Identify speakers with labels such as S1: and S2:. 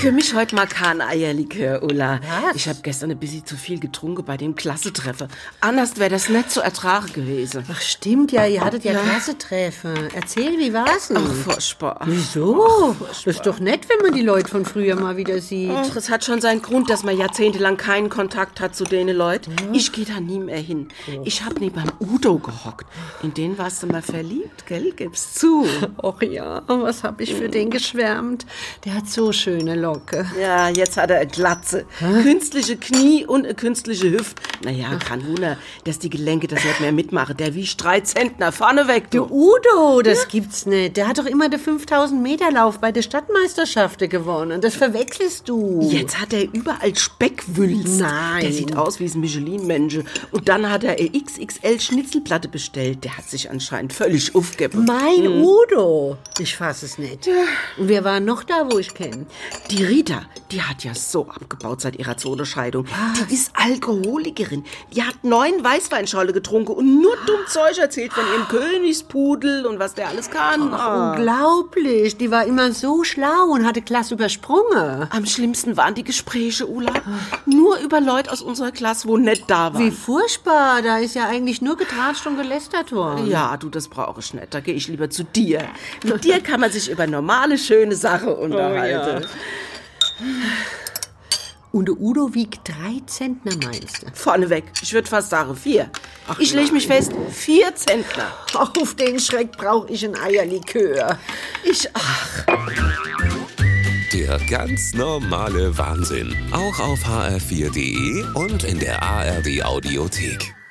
S1: Für mich heute mal Kahn-Eierlikör, Ulla. Ich habe gestern ein bisschen zu viel getrunken bei dem Klassentreffen. Anders wäre das nicht zu ertragen gewesen.
S2: Ach stimmt ja, ihr hattet ja, Klassetreffen. Erzähl, wie war's denn?
S1: Ach, furchtbar.
S2: Wieso? das ist doch nett, wenn man die Leute von früher mal wieder sieht.
S1: Ach, es hat schon seinen Grund, dass man jahrzehntelang keinen Kontakt hat zu denen Leuten. Ich gehe da nie mehr hin. Ich habe neben beim Udo gehockt. In den warst du mal verliebt, gell? Gib's zu.
S2: Och Oh, ja, was hab ich für den geschwärmt. Der hat so schöne Locke.
S1: Ja, jetzt hat er eine Glatze. Künstliche Knie und eine künstliche Hüfte. Naja, kein Wunder, dass die Gelenke das nicht mehr mitmachen. Der wiegt drei Zent nach vorne weg, du.
S2: Udo, das gibt's nicht. Der hat doch immer den 5000-Meter-Lauf bei der Stadtmeisterschaft gewonnen. Das verwechselst du.
S1: Jetzt hat er überall Speckwülst.
S2: Nein.
S1: Der sieht aus wie ein Michelin-Mensch. Und dann hat er eine XXL-Schnitzelplatte bestellt. Der hat sich anscheinend völlig aufgegeben.
S2: Mein Udo. Ich fass es nicht. Und wer war noch da, wo ich kenne?
S1: Die Rita, die hat ja so abgebaut seit ihrer Zonescheidung. Die ist Alkoholikerin. Die hat neun Weißweinschorle getrunken und nur dumm Zeug erzählt von ihrem Königspudel und was der alles kann. Ah.
S2: Ah. Unglaublich. Die war immer so schlau und hatte Klasse übersprungen.
S1: Am schlimmsten waren die Gespräche, Ula. Nur über Leute aus unserer Klasse, wo nicht da
S2: Wie
S1: waren.
S2: furchtbar. Da ist ja eigentlich nur getratscht und gelästert worden.
S1: Ja, du, das brauche ich nicht. Da gehe ich lieber zu dir. Mit dir kann man sich über normale, schöne Sachen unterhalten.
S2: Und der Udo wiegt drei Zentner, meinst du?
S1: Vorneweg, ich würde fast sagen vier. ich lege mich fest, vier Zentner.
S2: Auf den Schreck brauche ich ein Eierlikör.
S1: Ich, ach,
S3: Der ganz normale Wahnsinn. Auch auf hr4.de und in der ARD-Audiothek.